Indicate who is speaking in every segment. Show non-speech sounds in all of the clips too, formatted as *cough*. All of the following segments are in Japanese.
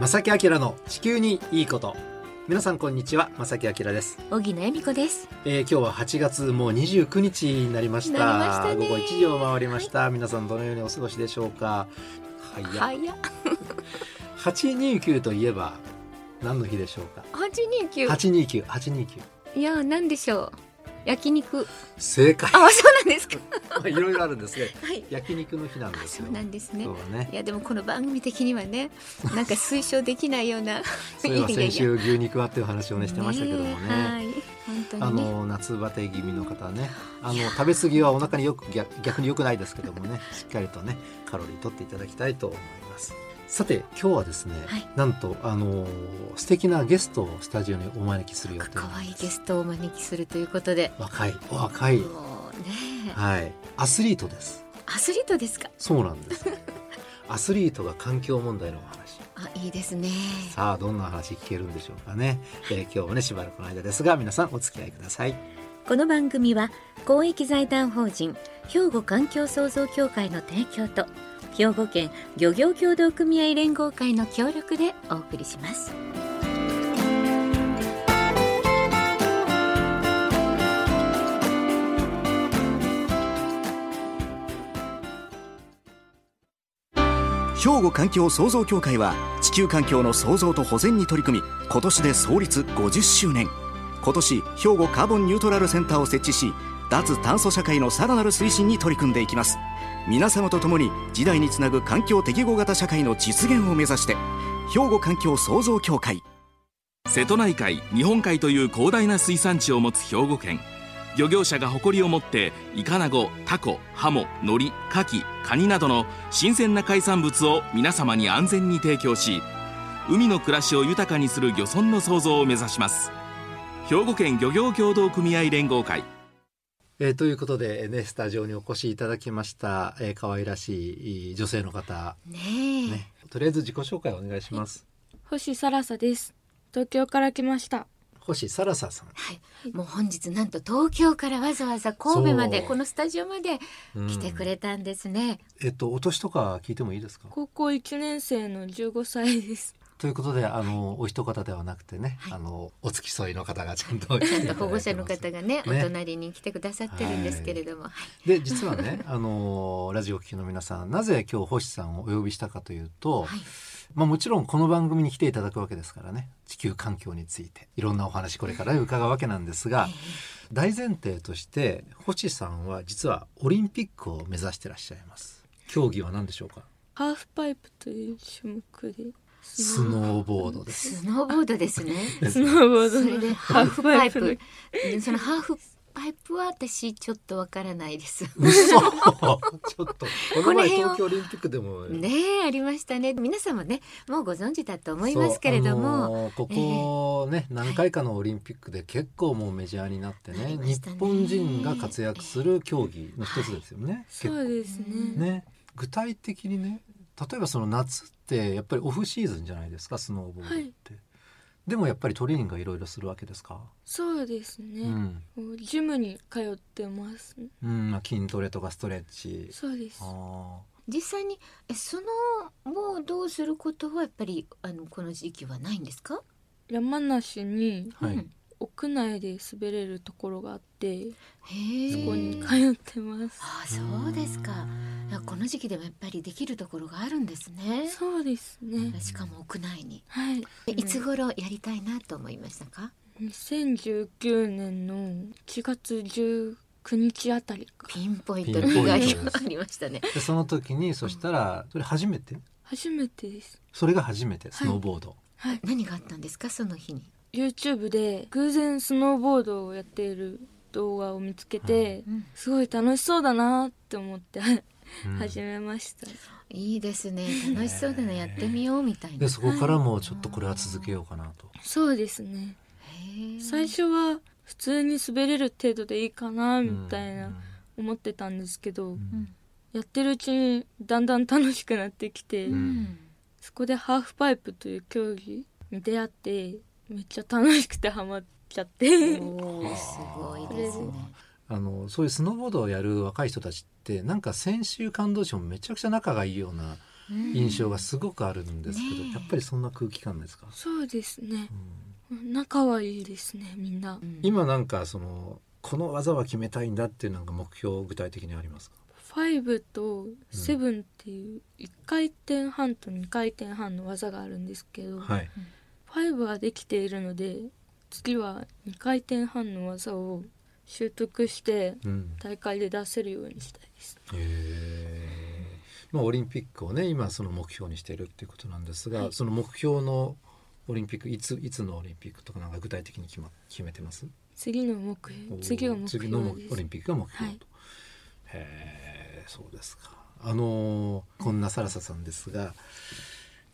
Speaker 1: 正木明の地球にいいこと皆さんこんにちは正木明です、
Speaker 2: 小木野恵美子です。
Speaker 1: えー、今日は8月もう29日になりました
Speaker 2: なりましたね
Speaker 1: 午後1時を回りました、皆さんどのようにお過ごしでしょうかはい、
Speaker 2: はや、
Speaker 1: 829といえば何の日でしょうか
Speaker 2: 八二九。
Speaker 1: 829829
Speaker 2: いや、なんでしょう。焼肉。
Speaker 1: 正
Speaker 2: *laughs*
Speaker 1: 解
Speaker 2: あ、そうなんですか。
Speaker 1: いろいろあるんですね
Speaker 2: はい。
Speaker 1: 焼肉の日なんで
Speaker 2: あ、
Speaker 1: す
Speaker 2: そ
Speaker 1: よ
Speaker 2: うなんですね
Speaker 1: 今。日はね
Speaker 2: いや、でも、この番組的に
Speaker 1: *laughs*
Speaker 2: はね、なんか推奨できないような。
Speaker 1: それは先週牛肉はっていう話をねしてましたけどもね
Speaker 2: えはい。本
Speaker 1: あ
Speaker 2: 当にね。
Speaker 1: の夏バテ気味の方はねあの食べ過ぎはお腹によく逆逆に良くないですけども
Speaker 2: *laughs*
Speaker 1: ねしっかりとねカロリー取っていただきたいと思いますさて今日はですね、
Speaker 2: はい
Speaker 1: なんとあの素敵なゲストをスタジオにお招きする予定
Speaker 2: 可
Speaker 1: なん
Speaker 2: 愛い
Speaker 1: です
Speaker 2: ゲストをお招きするということで。
Speaker 1: 若いお若い
Speaker 2: もうね、
Speaker 1: はいアスリートです
Speaker 2: アスリートですか。
Speaker 1: そうなん
Speaker 2: *laughs*
Speaker 1: ですアスリートが環境問題のお話
Speaker 2: あ、いいですね。
Speaker 1: さあどんな話聞けるんでしょうかね、えー今日はねしばらくの間ですが皆さんお付き合いください
Speaker 2: この番組は公益財団法人兵庫環境創造協会の提供と兵庫県漁業協同組合連合会の協力でお送りします
Speaker 3: 兵庫環境創造協会は地球環境の創造と保全に取り組み今年で創立50周年今年兵庫カーボンニュートラルセンターを設置し脱炭素社会のさらなる推進に取り組んでいきます皆様と共に時代につなぐ環境適合型社会の実現を目指して兵庫環境創造協会
Speaker 4: 瀬戸内海日本海という広大な水産地を持つ兵庫県漁業者が誇りを持ってイカナゴタコハモノリカキカニなどの新鮮な海産物を皆様に安全に提供し海の暮らしを豊かにする漁村の創造を目指します兵庫県漁業協同組合連合会
Speaker 1: えーということでえーねスタジオにお越しいただきました、えー、可愛らしい女性の方、
Speaker 2: ねえ
Speaker 1: ね、とりあえず自己紹介お願いします、
Speaker 5: 星さらさです東京から来ました
Speaker 1: 星サラサさん
Speaker 2: はい、もう本日なんと東京からわざわざ神戸まで
Speaker 1: そう
Speaker 2: このスタジオまで
Speaker 1: うん
Speaker 2: 来てくれたんですね、
Speaker 1: えっとお年とか聞いてもいいですか
Speaker 5: 高校1年生の15歳です
Speaker 1: ということであの、お一方ではなくてね、
Speaker 2: はい
Speaker 1: あのお付き添いの方がちゃんと
Speaker 2: ちゃんと保護者の方
Speaker 1: が
Speaker 2: が
Speaker 1: ね
Speaker 2: ねお隣に来てくださってるんですけれども、はい
Speaker 1: で実は
Speaker 2: *laughs*
Speaker 1: ねあのラジオを聴きの皆さんなぜ今日星さんをお呼びしたかというと、
Speaker 2: はい
Speaker 1: まあ、もちろんこの番組に来ていただくわけですからね地球環境についていろんなお話これから伺うわけなんですが、大前提として星さんは実はオリンピックを目指してらっしゃいます競技は何でしょうか
Speaker 5: ハーフパイプという種目で
Speaker 1: スノーボードです
Speaker 2: スノーボードですね
Speaker 5: スノーボ
Speaker 2: それ
Speaker 5: ード
Speaker 2: で
Speaker 5: の
Speaker 2: ハ
Speaker 5: ハ
Speaker 2: ー
Speaker 5: ー
Speaker 2: フ
Speaker 5: フ
Speaker 2: パ
Speaker 5: パ
Speaker 2: イ
Speaker 5: イ
Speaker 2: プ
Speaker 5: プ
Speaker 2: でそのハーフパイプは私ちょっとわからないです
Speaker 1: 嘘 *laughs* ちょっとこの
Speaker 2: この
Speaker 1: 前
Speaker 2: 辺を
Speaker 1: 東京オリンピックでも
Speaker 2: ねえありましたね皆様ねもうご存知だと思いますけれ
Speaker 1: そ
Speaker 2: ど
Speaker 1: うあ
Speaker 2: も、
Speaker 1: のーここね、何回かのオリンピックで結構もうメジャーになって
Speaker 2: な
Speaker 1: ね
Speaker 2: りま
Speaker 1: 日
Speaker 2: したね
Speaker 1: 本人が活躍する競技の一つですよね。結構
Speaker 5: そうですね
Speaker 1: ね具体的にね例えばその夏ってやっぱりオフシーズンじゃないですかスノーボードって、
Speaker 5: はい
Speaker 1: でもやっぱりトレーニングがいろいろするわけですか、
Speaker 5: そうです
Speaker 1: う
Speaker 5: ね、
Speaker 1: ん
Speaker 5: ジムに通ってます
Speaker 1: うんまあ、筋トレとかストレッチ
Speaker 5: そうです
Speaker 1: あー
Speaker 2: 実際にえそのもうどうすることはやっぱりあのこの時期はないんですか、
Speaker 5: 山梨に
Speaker 1: はい、
Speaker 2: うん
Speaker 5: 屋内で滑れるところがあって
Speaker 2: へえ
Speaker 5: そこに通ってます
Speaker 2: あそうですかいやこの時期でもやっぱりできるところがあるんですね
Speaker 5: そうですね
Speaker 2: しかも屋内に
Speaker 5: はい
Speaker 2: えいつ頃やりたいなと思いましたか
Speaker 5: 2019年の1月19日あたりか
Speaker 2: ピンポイント
Speaker 1: ピンポイ
Speaker 2: に
Speaker 1: ント
Speaker 2: があ
Speaker 1: です
Speaker 2: りまし
Speaker 1: *laughs*
Speaker 2: たね
Speaker 1: でその時にそしたらそれ初めて
Speaker 5: 初めてです
Speaker 1: それが初めてスノーボード、
Speaker 5: はい
Speaker 2: 何があったんですかその日に、
Speaker 5: YouTube で偶然スノーボードをやっている動画を見つけて、
Speaker 2: うん
Speaker 5: すごい楽しそうだなって思って
Speaker 1: うん
Speaker 5: 始めました、
Speaker 2: いいですね楽しそうだなやってみようみたいな
Speaker 1: でそこからもちょっとこれは続けようかなと、
Speaker 5: そうですね
Speaker 2: へえ
Speaker 5: 最初は普通に滑れる程度でいいかなみたい
Speaker 1: うん
Speaker 5: な思ってたんですけど、
Speaker 2: うん
Speaker 5: やってるうちにだんだん楽しくなってきて、
Speaker 1: う
Speaker 2: うんん
Speaker 5: そこでハーフパイプという競技に出会ってめっちゃ楽しくてハマっちゃって
Speaker 2: おーすごいですね
Speaker 1: あのそういうスノーボードをやる若い人たちってなんか先週感動してもめちゃくちゃ仲がいいような印象がすごくあるんですけど、
Speaker 6: ねえ
Speaker 1: やっぱりそんな空気感ですか、
Speaker 5: *laughs* そうですね
Speaker 1: う。ん
Speaker 5: 仲はいいですね、みんな。
Speaker 1: 今なんかそのこの技は決めたいんだっていうなんか目標具体的にありますか
Speaker 5: ファイブとセブンっていう1回転半と2回転半の技があるんですけど、
Speaker 1: はい、
Speaker 5: ファイブはできているので、次は2回転半の技を習得して
Speaker 1: うん、
Speaker 5: 大会で出せるようにしたいです。
Speaker 1: へえまあオリンピックをね今その目標にしているっていうことなんですが、
Speaker 5: はい
Speaker 1: その目標のオリンピックいついつのオリンピックとかなんか具体的に決,、ま、決めてます
Speaker 5: 次の目標、次を目標
Speaker 1: 次の
Speaker 5: で
Speaker 1: オ
Speaker 5: す
Speaker 1: リ。ンピックが目標と、
Speaker 5: はい
Speaker 1: へえそうですかあのーこんなサラサさんですが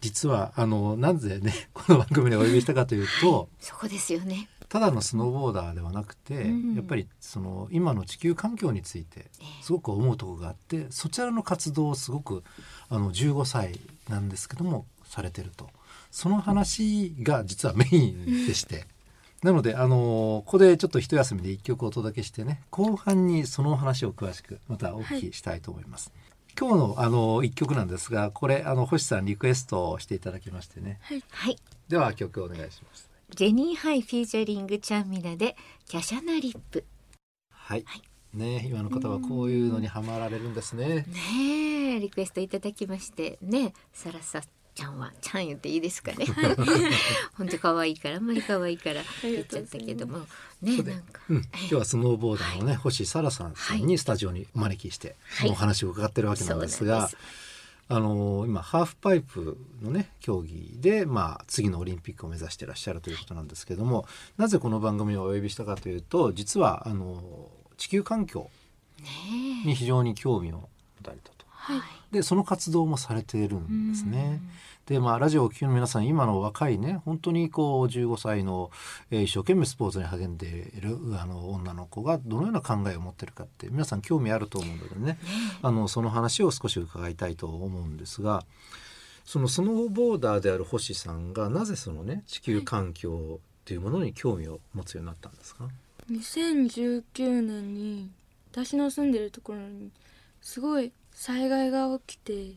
Speaker 1: 実はあのなぜね *laughs* この番組でお呼びしたかというと
Speaker 6: そこですよね。
Speaker 1: ただのスノーボーダーではなくて、
Speaker 6: うん
Speaker 1: やっぱりその今の地球環境についてすごく思うところがあってそちらの活動をすごくあの15歳なんですけどもされてるとその話が実はメインでして、なのであのここでちょっと一休みで一曲お届けしてね後半にそのお話を詳しくまたお聞きしたいと思います。今日のあの一曲なんですがこれあの星さんリクエストをしていただきましてね
Speaker 6: はい。
Speaker 1: では曲をお願いします。
Speaker 6: ジェニーハイフィーチャリングチャンミナでキャシャナリップ。
Speaker 1: はい。
Speaker 6: はい
Speaker 1: ね、今の方はこういうのにハマられるんですね。
Speaker 6: ねえ、リクエストいただきまして、ね、サラサちゃんは、ちゃん言っていいですか
Speaker 1: *laughs*
Speaker 6: ね。本当可愛いから、あんまり可愛いから、言っちゃったけども、ね、なんか。
Speaker 1: うん、今日はスノーボーダーのね、星沙羅さんさんにスタジオにお招きして、
Speaker 6: はい
Speaker 1: お話を伺ってるわけなんです
Speaker 6: そうな
Speaker 1: が、
Speaker 6: んです
Speaker 1: あのー今ハーフパイプのね競技で、まあ、次のオリンピックを目指してらっしゃるということなんですけども、なぜこの番組をお呼びしたかというと実はあのー地球環境
Speaker 6: ね
Speaker 1: に非常に興味を持たれたと。
Speaker 6: え、はい。
Speaker 1: でその活動もされているんですね
Speaker 6: うん。
Speaker 1: でまあラジオを聴きの皆さん今の若いね本当にこう15歳の、えー一生懸命スポーツに励んでいるあの女の子がどのような考えを持ってるかって皆さん興味あると思うのでねあのその話を少し伺いたいと思うんですがそのスノーボーダーである星さんがなぜそのね地球環境というものに興味を持つようになったんですか、
Speaker 5: 2019年に私の住んでるところにすごい災害が起きて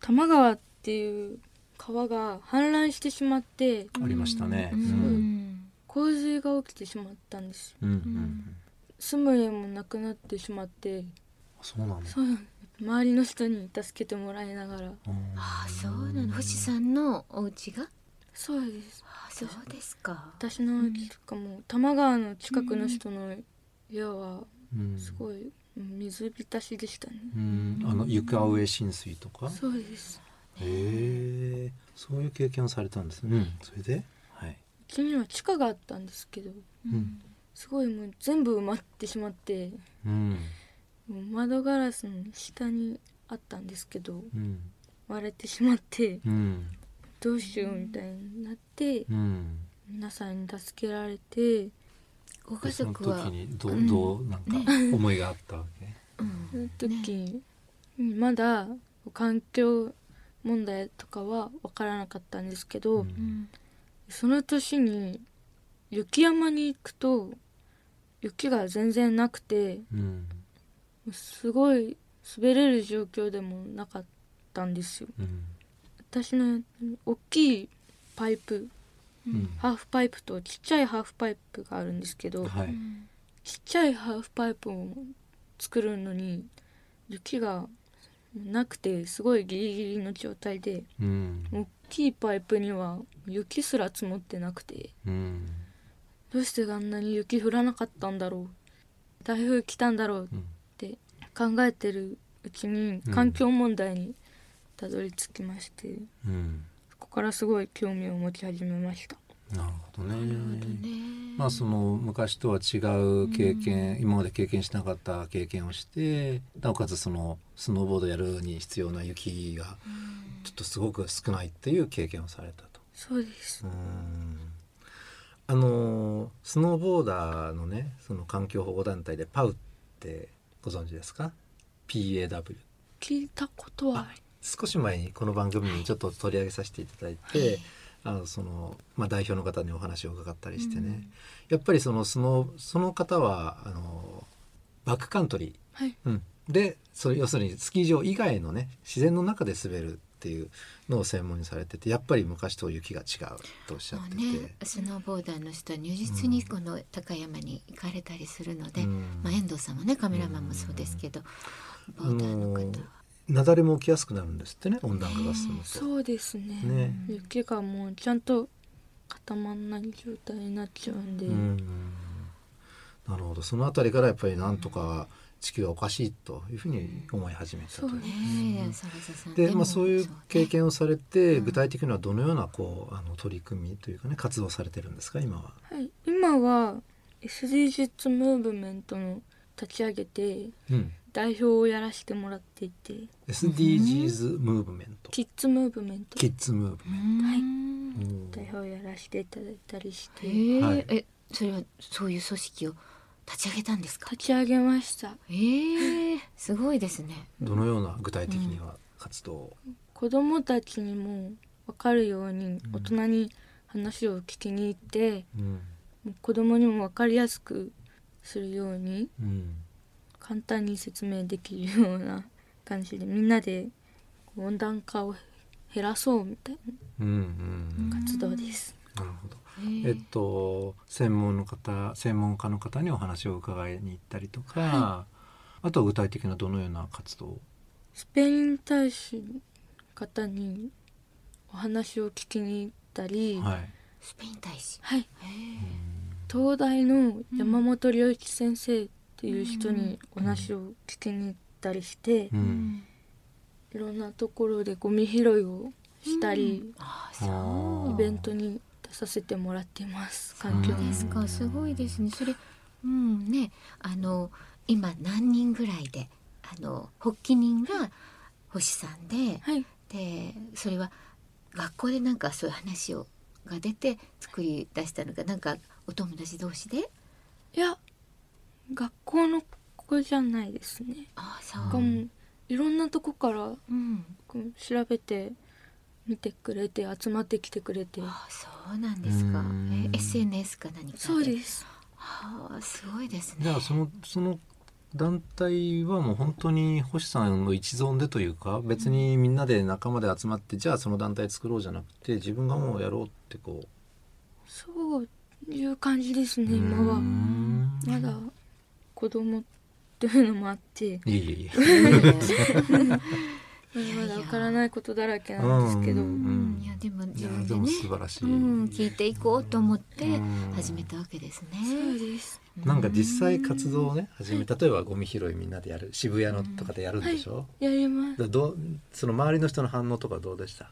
Speaker 5: 多摩川っていう川が氾濫してしまって
Speaker 1: ありましたね。
Speaker 6: う
Speaker 1: うんん
Speaker 5: 洪水が起きてしまったんですよ
Speaker 1: うんうん、
Speaker 5: 住む家もなくなってしまって
Speaker 1: そうなの、
Speaker 5: そうなんです周りの人に助けてもらいながら
Speaker 1: うん
Speaker 6: ああ、そうなの。星さんのお家が。
Speaker 5: そうです
Speaker 6: ああ、そうですか。
Speaker 5: 私の家とかも多摩川の近くの人の家は
Speaker 1: うん
Speaker 5: すごいうん水浸しでしたね
Speaker 1: うん、あの床上浸水とか。
Speaker 5: そうです
Speaker 1: へえ、そういう経験をされたんですね。うん、それで。はい。
Speaker 5: うちには地下があったんですけど
Speaker 1: うん。
Speaker 5: すごいもう全部埋まってしまって
Speaker 1: うん。
Speaker 5: もう窓ガラスの下にあったんですけど
Speaker 1: うん。
Speaker 5: 割れてしまって
Speaker 1: うん。
Speaker 5: どうしようみたいになって
Speaker 1: うん。
Speaker 5: 皆さんに助けられて
Speaker 6: ご家
Speaker 1: でその
Speaker 6: 族は
Speaker 1: 時。に、ど
Speaker 6: う
Speaker 1: う、
Speaker 6: ん
Speaker 1: どう、なんか思いがあったわけ。
Speaker 6: うん
Speaker 5: その時に、うんまだ環境問題とかは分からなかったんですけ
Speaker 1: う
Speaker 5: ど、
Speaker 6: うんん
Speaker 5: その年に雪山に行くと雪が全然なくて
Speaker 1: うん。
Speaker 5: すごい滑れる状況でもなかったんですよ
Speaker 1: うん。
Speaker 5: 私の大きいパイプ
Speaker 1: うん。
Speaker 5: ハーフパイプとちっちゃいハーフパイプがあるんですけど、
Speaker 1: は
Speaker 6: う
Speaker 1: い。
Speaker 6: ん
Speaker 5: ちっちゃいハーフパイプを作るのに雪がなくてすごいギリギリの状態で
Speaker 1: うん。
Speaker 5: 大きいパイプには雪すら積もってなくて
Speaker 1: うん。
Speaker 5: どうしてあんなに雪降らなかったんだろう台風来たんだろう
Speaker 1: うん。
Speaker 5: って考えてるうちに
Speaker 1: うん
Speaker 5: 環境問題にたどり着きまして、
Speaker 1: うん。
Speaker 5: そこからすごい興味を持ち始めました。
Speaker 1: なるほどね。
Speaker 6: なるほどね。
Speaker 1: まあその昔とは違う経験、今まで経験しなかった経験をしてなおかつそのスノーボードやるに必要な雪がちょっとすごく少ないっていう経験をされたと。
Speaker 5: そうです、
Speaker 1: あのスノーボーダーのねその環境保護団体でパウってご存知ですか PAW
Speaker 5: 聞いたことはあり
Speaker 1: 少し前にこの番組にちょっと取り上げさせていただいて、あのそのまあ、代表の方にお話を伺ったりしてね、やっぱりそのそのその方はあのバックカントリー、
Speaker 5: はい
Speaker 1: うん、でそれ要するにスキー場以外のね自然の中で滑るっていうのを専門にされててやっぱり昔と雪が違うとおっしゃ
Speaker 6: も
Speaker 1: って
Speaker 6: う
Speaker 1: て。
Speaker 6: ねスノーボーダーの人は如実にこの高山に行かれたりするので、
Speaker 1: うん
Speaker 6: まあ、遠藤さんもねカメラマンもそうですけど、ボーダーの方は、
Speaker 1: 雪崩も起きやすくなるんですってね温暖化が進むと。
Speaker 5: そうですね
Speaker 1: ね
Speaker 5: 雪がもうちゃんと固まんない状態になっちゃうんで、
Speaker 1: うんなるほどそのあたりからやっぱりなんとか地球はおかしいというふうに思い始めたという。
Speaker 5: そう
Speaker 6: ねえ沢田さん
Speaker 1: で
Speaker 6: も
Speaker 1: まあ、そういう
Speaker 6: ね
Speaker 1: 経験をされて、
Speaker 6: うん
Speaker 1: 具体的にはどのようなこうあの取り組みというかね活動されてるんですか今は。
Speaker 5: はい、今は SDGs ムーブメントの立ち上げて
Speaker 1: うん、
Speaker 5: 代表をやらせてもらっていて
Speaker 1: SDGs ムーブメント、
Speaker 5: キッズムーブメント
Speaker 1: キッズムーブ
Speaker 6: う
Speaker 1: メン
Speaker 6: ん
Speaker 5: はい
Speaker 1: ト。
Speaker 5: 代表をやらせていただいたりして
Speaker 6: へ
Speaker 5: 立
Speaker 6: え、
Speaker 1: はい
Speaker 6: えそれはそういう組織を立ち上げたんですか
Speaker 5: ち上げました
Speaker 6: ええすごいですね
Speaker 1: どのような具体的には活動を、
Speaker 5: 子どもたちにも分かるように
Speaker 1: ん
Speaker 5: 大人に話を聞きに行って、
Speaker 1: うん
Speaker 5: もう子どもにも分かりやすくするように
Speaker 1: うん
Speaker 5: 簡単に説明できるような感じでみんなで温暖化を減らそうみたい
Speaker 1: うんうん
Speaker 5: な活動です。
Speaker 1: なるほど。
Speaker 6: ええ
Speaker 1: えっと専門の方専門家の方にお話を伺いに行ったりとか、あとは具体的などのような活動を
Speaker 5: スペイン大使の方にお話を聞きに行ったり、はい、
Speaker 1: はい。
Speaker 6: スペイン大使え
Speaker 5: 東大の山本良一先生っていう人にお話を聞きに行ったりして、
Speaker 1: う
Speaker 6: え
Speaker 1: ん。
Speaker 5: いろんなところでゴミ拾いをしたり、
Speaker 6: あ
Speaker 1: あ
Speaker 6: あ
Speaker 1: ー
Speaker 6: そう
Speaker 5: イベントに出させてもらってます環境
Speaker 1: うん
Speaker 6: ですかすごいですねそれうんねあの今何人ぐらいであの発起人が星さんで
Speaker 5: はい
Speaker 6: でそれは学校でなんかそういう話をが出て作り出したのかなんかお友達同士で
Speaker 5: いや学校の子じゃないですね。
Speaker 6: ああそ
Speaker 5: が
Speaker 6: う、
Speaker 5: もういろんなとこから
Speaker 6: うん、
Speaker 5: こう調べて見てくれて集まってきてくれて
Speaker 6: ああそうなんですか
Speaker 1: うん
Speaker 6: え SNS か何かで
Speaker 5: そうです
Speaker 6: はあすごいです
Speaker 5: *laughs*
Speaker 6: ね
Speaker 1: じゃあそのその団体はもう本当に星さんの一存でというか別にみんなで仲間で集まって、じゃあその団体作ろうじゃなくて自分がもうやろうってこ
Speaker 5: そういう感じです
Speaker 1: う。
Speaker 5: ね今は
Speaker 1: うん
Speaker 5: まだ子供っていうのもあって
Speaker 1: いえいえいえ。
Speaker 5: まだま
Speaker 6: い
Speaker 5: だ
Speaker 6: やいや
Speaker 5: わからないことだらけなんですけど
Speaker 1: うん
Speaker 6: うんいやでも
Speaker 1: い
Speaker 6: 自
Speaker 1: や
Speaker 6: 分
Speaker 1: で
Speaker 6: で
Speaker 1: も
Speaker 6: ね
Speaker 1: 素晴らしい。
Speaker 6: うん、聞いていこうと思って
Speaker 1: うん
Speaker 6: 始めたわけですね。
Speaker 5: そうです
Speaker 1: なんか実際活動をね始め例えばゴミ拾いみんなでやる渋谷のとかでやるんでしょ、
Speaker 5: やります
Speaker 1: だどうその周りの人の反応とかどうでした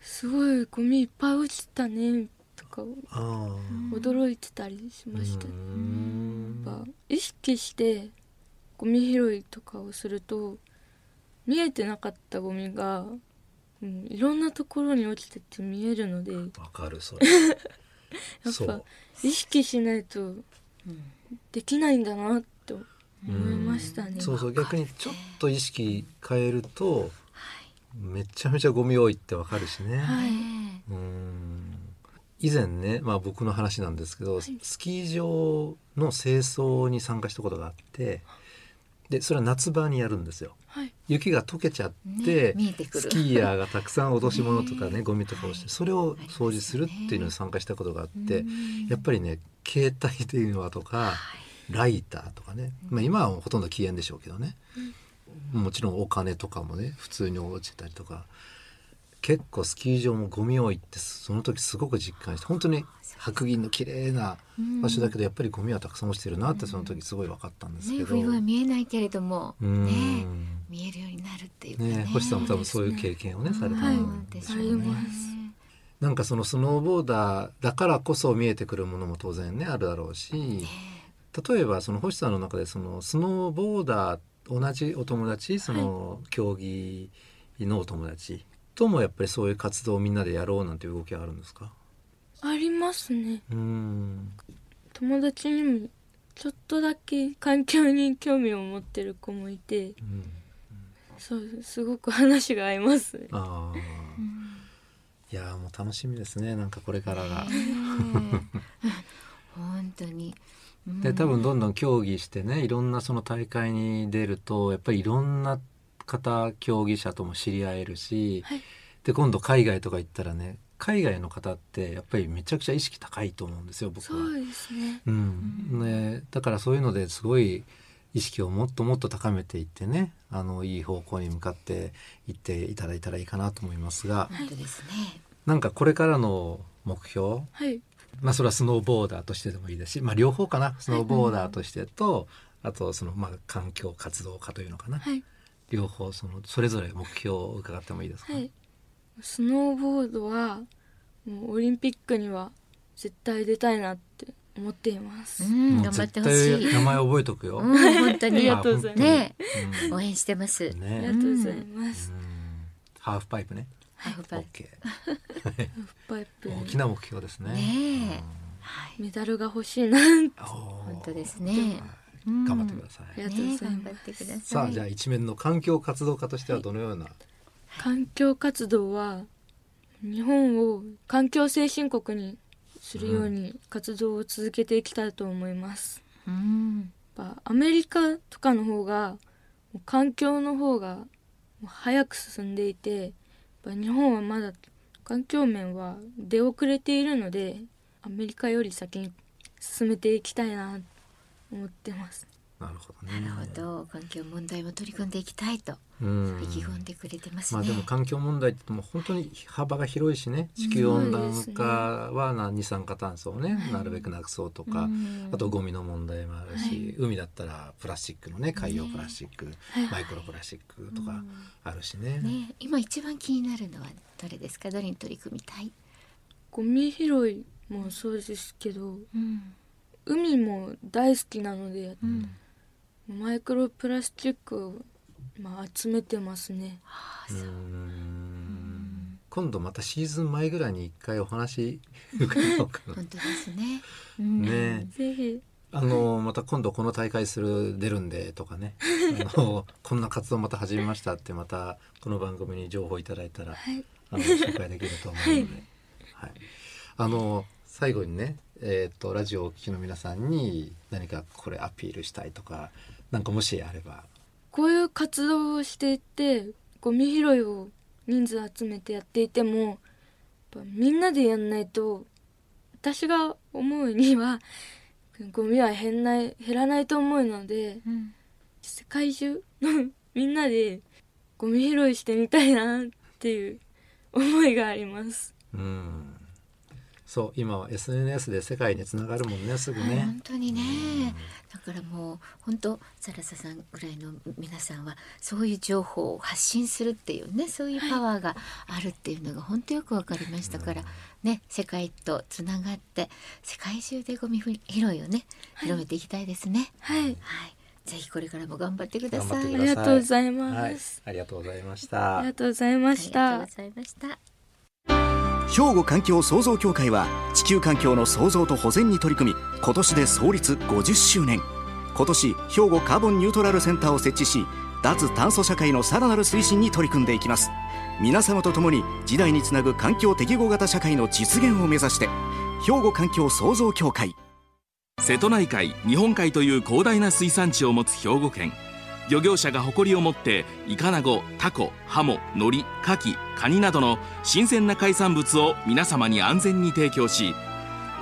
Speaker 5: すごいゴミいっぱい落ちたねとか
Speaker 1: あ
Speaker 5: 驚いてたりし
Speaker 1: あ
Speaker 5: ましたやっぱ意識してゴミ拾いとかをすると見えてなかったゴミが、うん、いろんなところに落ちてって見えるので
Speaker 1: わかるそれ
Speaker 5: ぱ
Speaker 1: そう
Speaker 5: 意識しないと
Speaker 6: うん
Speaker 5: できないんだなって思
Speaker 1: う
Speaker 5: い
Speaker 1: ん
Speaker 5: ましたね。
Speaker 1: そうそう逆にちょっと意識変えると
Speaker 6: はい
Speaker 1: めちゃめちゃゴミ多いってわかるしね、
Speaker 5: はい
Speaker 6: ね
Speaker 1: うん以前ね、まあ、僕の話なんですけど、スキー場の清掃に参加したことがあってでそれは夏場にやるんですよ。
Speaker 5: はい、
Speaker 1: 雪が溶けちゃっ
Speaker 6: え
Speaker 1: て、
Speaker 6: ね見えてくる
Speaker 1: スキーヤーがたくさん落とし物とかね
Speaker 6: ね
Speaker 1: ゴミとかをしてそれを掃除するっていうのに参加したことがあって
Speaker 6: うん
Speaker 1: やっぱりね携帯電話とかライターとかねまあ今はほとんど禁煙でしょうけどねもちろんお金とかもね普通に落ちたりとか結構スキー場もゴミ多いってその時すごく実感して本当に白銀の綺麗な場所だけどやっぱりゴミはたくさん落ちてるなってその時すごい分かったんですけ
Speaker 6: ね
Speaker 1: ど。
Speaker 6: 冬は見えないけれども
Speaker 1: う
Speaker 6: ね
Speaker 1: ん
Speaker 6: 見えるようになるっていうかね
Speaker 1: ね、星さんも多分そういう経験をねされた
Speaker 5: はい
Speaker 1: んでしょうね。
Speaker 5: はい
Speaker 1: なんかそのスノーボーダーだからこそ見えてくるものも当然ねあるだろうし例えばその星さんの中でそのスノーボーダー同じお友達その競技のお友達ともやっぱりそういう活動をみんなでやろうなんていう動きはあるんですか
Speaker 5: ありますね
Speaker 1: うん
Speaker 5: 友達にもちょっとだけ環境に興味を持ってる子もいて
Speaker 1: うん
Speaker 5: そうすごく話が合いますね
Speaker 1: あーいやーもう楽しみですねなんかこれからが。 *laughs*
Speaker 6: 本当にうん
Speaker 1: で多分どんどん競技してねいろんなその大会に出るとやっぱりいろんな方競技者とも知り合えるし、
Speaker 5: はい
Speaker 1: で今度海外とか行ったらね海外の方ってやっぱりめちゃくちゃ意識高いと思うんですよ僕
Speaker 5: そ
Speaker 1: は。
Speaker 5: うですね
Speaker 1: うんね、だからそういうのですごい意識をもっともっと高めていってねあのいい方向に向かっていっていただいたらいいかなと思いますが
Speaker 6: 本当ですね。
Speaker 1: なんかこれからの目標
Speaker 5: はい
Speaker 1: まあそれはスノーボーダーとしてでもいいですし、まあ、両方かなスノーボーダーとしてと、あとそのまあ環境活動家というのかな、
Speaker 5: はい
Speaker 1: 両方そのそれぞれ目標を伺ってもいいですか、
Speaker 5: はいスノーボードはもうオリンピックには絶対出たいなって思っています、
Speaker 6: うん、頑張ってほ
Speaker 1: もう
Speaker 6: し
Speaker 1: 絶
Speaker 6: い。
Speaker 1: 対名前覚えとくよ。
Speaker 6: うん、本当
Speaker 5: あ
Speaker 6: に。
Speaker 5: りがとうございます
Speaker 6: ね、
Speaker 1: うん
Speaker 6: 応援してます。
Speaker 5: あり
Speaker 1: ね
Speaker 5: がとうございます、
Speaker 1: うんハーフパイプね。
Speaker 6: ハーフ
Speaker 1: オ
Speaker 6: パイ
Speaker 1: ッケー。
Speaker 5: パイプ
Speaker 1: 大きな目標ですね。
Speaker 6: ねえはい、
Speaker 5: メダルが欲しいな
Speaker 1: 本
Speaker 6: 本当です。ね。うん
Speaker 1: 頑張ってください。
Speaker 5: ありがとう
Speaker 6: ね
Speaker 5: ご
Speaker 6: え、
Speaker 5: ざい
Speaker 6: 頑張
Speaker 5: ま
Speaker 6: ってください。
Speaker 1: さあじゃあ一面の環境活動家としてはどのような、
Speaker 5: 環境活動は日本を環境先進国にするように活動を続けていきたいと思います、
Speaker 6: うん、
Speaker 5: やっぱアメリカとかの方がもう環境の方がもう早く進んでいてやっぱ日本はまだ環境面は出遅れているのでアメリカより先に進めていきたいなと思ってます
Speaker 1: なるほどね。
Speaker 6: なるほど、環境問題も取り組んでいきたいと
Speaker 1: うん
Speaker 6: 意気込んでくれてます
Speaker 1: まあ
Speaker 6: ね。
Speaker 1: でも環境問題って言っても本当に幅が広いしね地球温暖化はな二酸化炭素をねなるべくなくそうとか、
Speaker 6: うん
Speaker 1: あとゴミの問題もあるし、海だったらプラスチックのね海洋プラスチック、マイクロプラスチックとかあるしね。
Speaker 6: ね、今一番気になるのはどれですか？どれに取り組みたい？
Speaker 5: ゴミ拾いもそうですけど
Speaker 6: うん、
Speaker 5: 海も大好きなので、
Speaker 6: うん、
Speaker 5: マイクロプラスチックを、まあ、集めてますね
Speaker 1: うーん今度またシーズン前ぐらいに一回お話伺おうかな。
Speaker 6: 本当ですね。うん
Speaker 1: ね
Speaker 5: ぜひ
Speaker 1: あのまた今度この大会する出るんでとか
Speaker 5: *laughs*
Speaker 1: ねあのこんな活動また始めましたってまたこの番組に情報いただいたら、
Speaker 5: はい
Speaker 1: あの紹介できると思うので、
Speaker 5: *laughs*
Speaker 1: はい、あの最後にね、えー、とラジオをお聞きの皆さんに何かこれアピールしたいとかなんかもしあれば、
Speaker 5: こういう活動をしていてゴミ拾いを人数集めてやっていてもやっぱみんなでやんないと私が思うにはゴミは減んない減らないと思うので
Speaker 6: *laughs* うん、
Speaker 5: 世界中のみんなでゴミ拾いしてみたいなっていう思いがあります。
Speaker 1: うん、そう今は SNS で世界につながるもんねすぐ
Speaker 6: はい
Speaker 1: ね
Speaker 6: 本。当にね、だからもう本当サラサさんぐらいの皆さんはそういう情報を発信するっていうねそういうパワーがあるっていうのが本当よくわかりましたから、ね世界とつながって世界中でゴミ拾いをね広めていきたいですね。
Speaker 5: はい、
Speaker 6: はい、ぜひこれからも頑張ってくだ
Speaker 1: 頑張
Speaker 6: さ
Speaker 1: って
Speaker 6: い。
Speaker 1: く
Speaker 5: あり
Speaker 1: ださ
Speaker 5: が
Speaker 1: い。
Speaker 5: とうございます
Speaker 1: はい、ありがとうございまし
Speaker 5: あ
Speaker 1: た
Speaker 5: りが。とうございまし
Speaker 6: あ
Speaker 5: た
Speaker 6: りがとうご。ざいました。
Speaker 4: 兵庫環境創造協会は地球環境の創造と保全に取り組み今年で創立50周年今年兵庫カーボンニュートラルセンターを設置し脱炭素社会のさらなる推進に取り組んでいきます皆様と共に時代につなぐ環境適合型社会の実現を目指して兵庫環境創造協会
Speaker 7: 瀬戸内海日本海という広大な水産地を持つ兵庫県漁業者が誇りを持ってイカナゴタコハモノリカキカニなどの新鮮な海産物を皆様に安全に提供し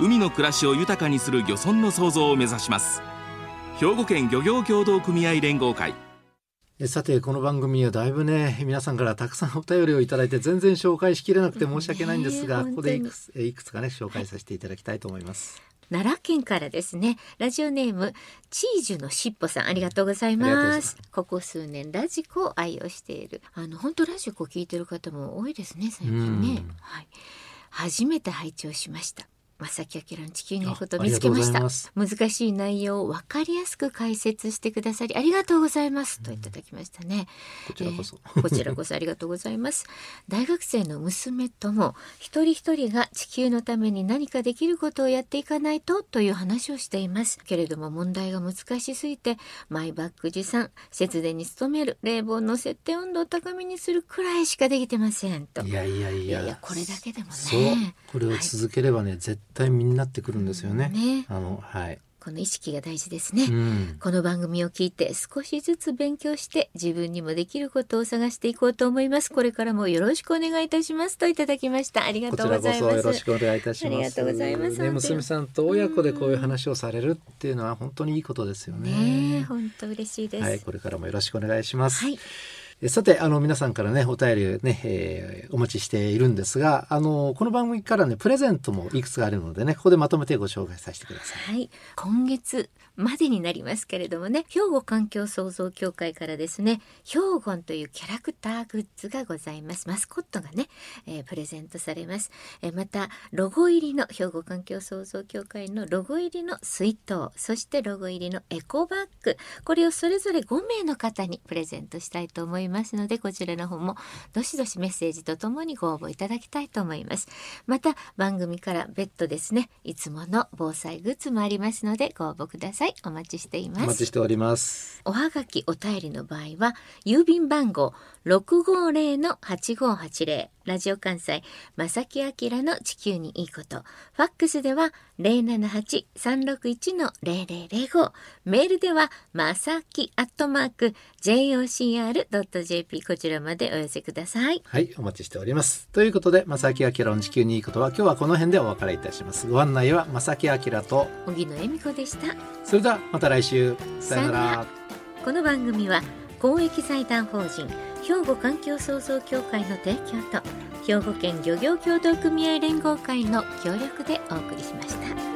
Speaker 7: 海の暮らしを豊かにする漁村の創造を目指します兵庫県漁業協同組合連合会
Speaker 1: えさてこの番組はだいぶね皆さんからたくさんお便りをいただいて全然紹介しきれなくて申し訳ないんですが、
Speaker 6: ねえ
Speaker 1: ここでい
Speaker 6: 本当に
Speaker 1: くつえいくつかね紹介させていただきたいと思います、
Speaker 6: 奈良県からですねラジオネームチージュのしっぽさんありがとうござい
Speaker 1: ありがとうござ
Speaker 6: ま
Speaker 1: いますす
Speaker 6: ここ数年ラジコを愛用しているあの本当ラジコ聞いてる方も多いですね最近ね
Speaker 1: うん
Speaker 6: はい。初めて拝聴しました正木明の地球にいいこと
Speaker 1: あ
Speaker 6: 見つけまし
Speaker 1: ありがとうご
Speaker 6: た
Speaker 1: ざ
Speaker 6: 難しい内容を分かりやすく解説してくださりありがとうございますといただきましたね、
Speaker 1: こちらこそ、
Speaker 6: えーこちらこそありがとうござい *laughs* ます。大学生の娘とも一人一人が地球のために何かできることをやっていかないとという話をしています。けれども問題が難しすぎてマイバッグ持参、節電に努める、冷房の設定温度を高めにするくらいしかできてませんと。
Speaker 1: いやいやい
Speaker 6: い
Speaker 1: や
Speaker 6: やいやこれだけでもね
Speaker 1: そうこれを続ければね、絶対身になってくるんですよね、
Speaker 6: ね *laughs*
Speaker 1: あのはい
Speaker 6: この意識が大事ですね、
Speaker 1: うん
Speaker 6: この番組を聞いて少しずつ勉強して自分にもできることを探していこうと思いますこれからもよろしくお願いいたしますといただきましたありが
Speaker 1: ことち
Speaker 6: うご
Speaker 1: らこ
Speaker 6: ざい
Speaker 1: そ
Speaker 6: ま
Speaker 1: よろし
Speaker 6: す
Speaker 1: くお願いいたします。
Speaker 6: ありがとうございます
Speaker 1: ね、娘さんと親子でこういう話をされるっていうのは本当にいいことですよ
Speaker 6: ねえ
Speaker 1: ね。
Speaker 6: 本当嬉しいです
Speaker 1: はい、これからもよろしくお願いします。
Speaker 6: はい
Speaker 1: えさてあの皆さんからねお便りね、えーお待ちしているんですがあのこの番組からねプレゼントもいくつかあるのでねここでまとめてご紹介させてください。
Speaker 6: はい、今月までになりますけれどもね兵庫環境創造協会からですね兵庫というキャラクターグッズがございますマスコットがね、えープレゼントされます、えーまたロゴ入りの兵庫環境創造協会のロゴ入りの水筒そしてロゴ入りのエコバッグこれをそれぞれ5名の方にプレゼントしたいと思いますのでこちらの方もどしどしメッセージとともにご応募いただきたいと思いますまた番組から別途ですねいつもの防災グッズもありますのでご応募くださいお待ちしてい
Speaker 1: お
Speaker 6: ま
Speaker 1: 待ち
Speaker 6: す
Speaker 1: しております。
Speaker 6: おはがきお便りの場合は郵便番号650-8580ラジオ関西正木明の地球にいいことファックスでは078-361-0005メールではまさきアットマーク jocr.jp こちらまでお寄せください
Speaker 1: はい、お待ちしております。ということで、正木明の地球にいいことは今日はこの辺でお別れいたします。ご案内は正木明と、
Speaker 6: 荻野恵美子でした
Speaker 1: それではまた来週。さよな
Speaker 6: さよな
Speaker 1: ら
Speaker 6: ら。この番組は公益財団法人兵庫環境創造協会の提供と兵庫県漁業協同組合連合会の協力でお送りしました。